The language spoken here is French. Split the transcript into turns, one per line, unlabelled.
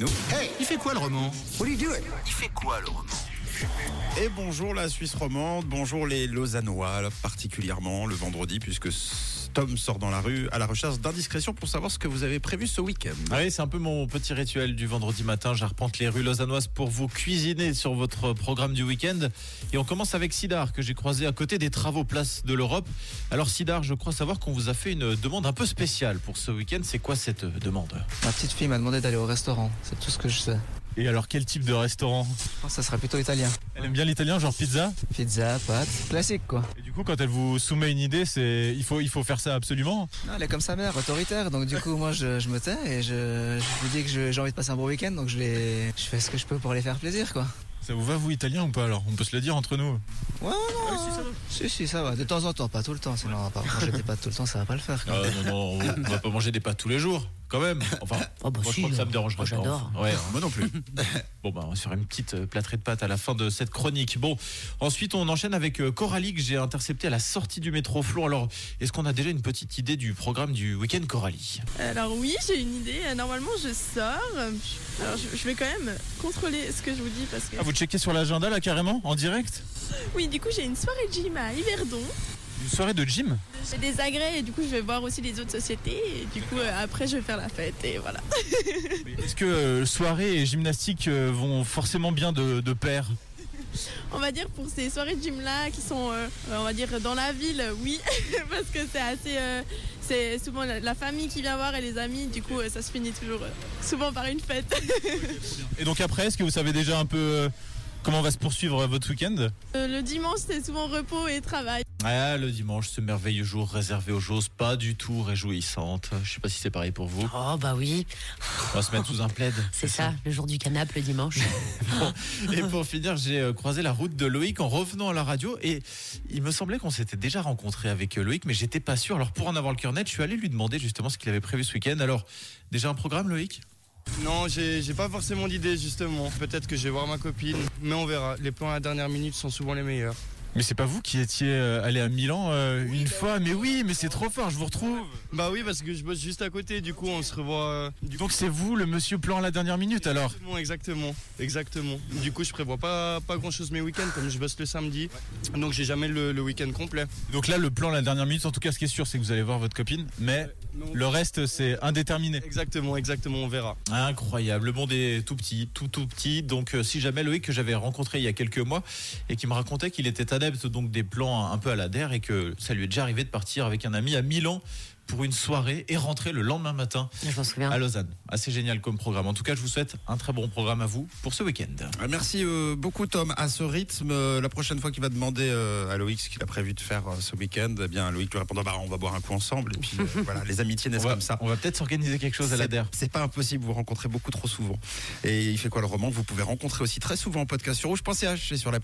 Nous. Hey Il fait quoi le roman
What are you doing?
Il fait quoi le roman et bonjour la Suisse romande, bonjour les Lausannois, là, particulièrement le vendredi, puisque Tom sort dans la rue à la recherche d'indiscrétion pour savoir ce que vous avez prévu ce week-end.
Ah Oui, c'est un peu mon petit rituel du vendredi matin. J'arpente les rues lausannoises pour vous cuisiner sur votre programme du week-end. Et on commence avec Sidar, que j'ai croisé à côté des travaux Place de l'Europe. Alors, Sidar, je crois savoir qu'on vous a fait une demande un peu spéciale pour ce week-end. C'est quoi cette euh, demande
Ma petite fille m'a demandé d'aller au restaurant, c'est tout ce que je sais.
Et alors, quel type de restaurant
Je pense que ça sera plutôt italien.
Elle aime bien l'italien, genre pizza
Pizza, pâtes, classique quoi.
Et du coup, quand elle vous soumet une idée, c'est il faut, il faut faire ça absolument.
Non, elle est comme sa mère, autoritaire, donc du coup moi je, je me tais et je, je lui dis que je- j'ai envie de passer un bon week-end, donc je, vais, je fais ce que je peux pour les faire plaisir quoi.
Ça vous va, vous, italien ou pas Alors, on peut se le dire entre nous.
Ouais,
Ah
non, si, si, ça va, de temps en temps, pas tout le temps, sinon on va pas manger des pâtes tout le temps, ça va pas le faire quoi.
Ah, non, non, on va pas manger des pâtes tous les jours, quand même. Enfin,
Oh, bah
euh, moi, je
si,
crois que ça me dérange
moi,
pas. hein.
j'adore.
Ouais.
Moi non plus.
Bon, bah, on va se faire une petite euh, plâtrée de pâtes à la fin de cette chronique. Bon, ensuite, on enchaîne avec euh, Coralie que j'ai interceptée à la sortie du métro Flon. Alors, est-ce qu'on a déjà une petite idée du programme du week-end, Coralie
Alors oui, j'ai une idée. Euh, Normalement, je sors. Alors je, je vais quand même contrôler ce que je vous dis parce que...
Ah, vous checkez sur l'agenda là carrément, en direct
Oui, du coup, j'ai une soirée de gym à Yverdon.
Une soirée de gym
J'ai des agrès et du coup, je vais voir aussi les autres sociétés. Et du coup, euh, après, je vais faire la fête et voilà.
Est-ce que euh, soirée et gymnastique euh, vont forcément bien de, de pair
On va dire pour ces soirées de gym-là qui sont, euh, euh, on va dire, dans la ville, euh, oui, parce que c'est assez... euh, c'est souvent la, la famille qui vient voir et les amis. Du coup, euh, ça se finit toujours euh, souvent par une fête.
Et donc après, est-ce que vous savez déjà un peu euh, comment va se poursuivre euh, votre week-end
Euh, le dimanche, c'est souvent repos et travail.
Ah, le dimanche, ce merveilleux jour réservé aux choses pas du tout réjouissantes. Je sais pas si c'est pareil pour vous.
Oh bah oui,
On va se mettre sous un plaid.
c'est ça, le jour du canapé le dimanche.
Et pour finir, j'ai euh, croisé la route de Loïc en revenant à la radio et il me semblait qu'on s'était déjà rencontré avec euh, Loïc, mais j'étais pas sûr. Alors pour en avoir le cœur net, je suis allé lui demander justement ce qu'il avait prévu ce week-end. Alors déjà un programme, Loïc
Non, j'ai j'ai pas forcément d'idée justement. Peut-être que je vais voir ma copine, mais on verra. Les plans à la dernière minute sont souvent les meilleurs.
Mais c'est pas vous qui étiez euh, allé à Milan euh, une fois Mais oui, mais c'est trop fort, je vous retrouve.
Bah oui, parce que je bosse juste à côté, du coup on se revoit. euh, du
Donc c'est vous le monsieur plan à la dernière minute alors
Exactement, exactement, exactement. Du coup, je prévois pas, pas grand chose mes week-ends, comme je bosse le samedi. Donc, j'ai jamais le, le week-end complet.
Donc là, le plan à la dernière minute, en tout cas, ce qui est sûr, c'est que vous allez voir votre copine, mais le reste, c'est indéterminé.
Exactement, exactement, on verra.
Incroyable, le monde est tout petit, tout tout petit. Donc euh, si jamais Loïc que j'avais rencontré il y a quelques mois et qui me racontait qu'il était adepte donc des plans un peu à la der et que ça lui est déjà arrivé de partir avec un ami à Milan pour une soirée et rentrer le lendemain matin
Je m'en souviens.
à Lausanne. Assez génial comme programme. En tout cas, je vous souhaite un très bon programme à vous pour ce week-end.
Ah, Merci euh, beaucoup Tom. À ce rythme, euh, la prochaine fois qu'il va demander euh, à Loïc ce qu'il a prévu de faire euh, ce week-end, eh bien Loïc lui répondra bah, on va boire un coup ensemble. Et puis euh, voilà, les amitiés
On
naissent
va,
comme ça.
on va peut-être s'organiser quelque chose à la
C'est-
der.
C'est pas impossible, vous vous rencontrez beaucoup trop souvent. Et il fait quoi le roman Vous pouvez rencontrer aussi très souvent en podcast sur rouge.ch et sur la